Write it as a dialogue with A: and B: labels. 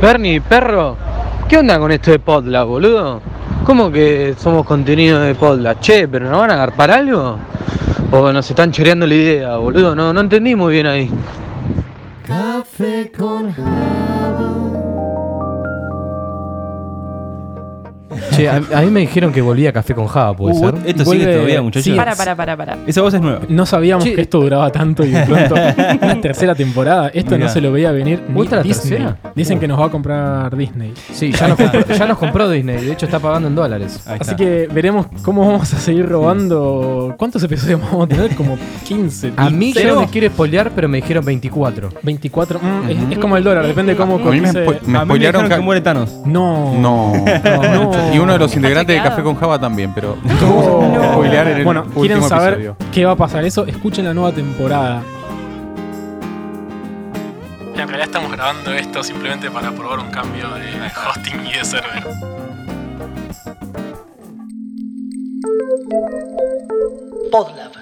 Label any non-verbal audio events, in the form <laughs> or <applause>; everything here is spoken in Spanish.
A: Bernie, perro, ¿qué onda con esto de Podla, boludo? ¿Cómo que somos contenido de Podla? Che, pero ¿nos van a agarpar algo? O nos están choreando la idea, boludo. No, no entendí muy bien ahí.
B: Café con Java.
C: Che, a, a mí me dijeron que volvía Café con Java, ¿puede
D: Uh,
C: ser?
D: Esto
E: Vuelve-
D: sigue todavía, muchachos.
C: Sí.
E: Para, para, para, para.
D: Esa voz es nueva.
E: No sabíamos
C: Che.
E: que esto duraba tanto y de
F: <laughs>
E: pronto una tercera temporada. Esto
D: Mirá.
E: no se lo veía venir. ni
C: ¿Vuelta la
E: Disney.
C: tercera?
E: Dicen que nos va a comprar Disney.
C: eh, Sí, ya nos, compró, ya nos compró Disney. De hecho, está pagando en dólares.
D: Ahí
E: Así
D: está.
E: que veremos cómo vamos a seguir robando. ¿Cuántos episodios vamos a tener? Como 15.
C: A mí yo no
E: ¿Cero?
C: me quiero spoilear, pero me dijeron 24.
E: 24. mm, es- es, como el dólar, depende cómo
F: A mí me,
E: cotice.
F: spo-
D: a
F: me
D: mí me
F: spoilearon
D: dijeron que
F: ca-
D: muere Thanos.
E: No.
F: No.
E: No.
F: Y uno de los integrantes de
E: chequeado?
F: Café con Java también, pero.
E: No.
F: <laughs> Spoilear en el
E: bueno, quieren
F: último
E: saber
F: episodio.
E: qué va a pasar eso, escuchen la nueva temporada. En realidad estamos grabando esto simplemente para probar un cambio de hosting y de server.
G: Podlab.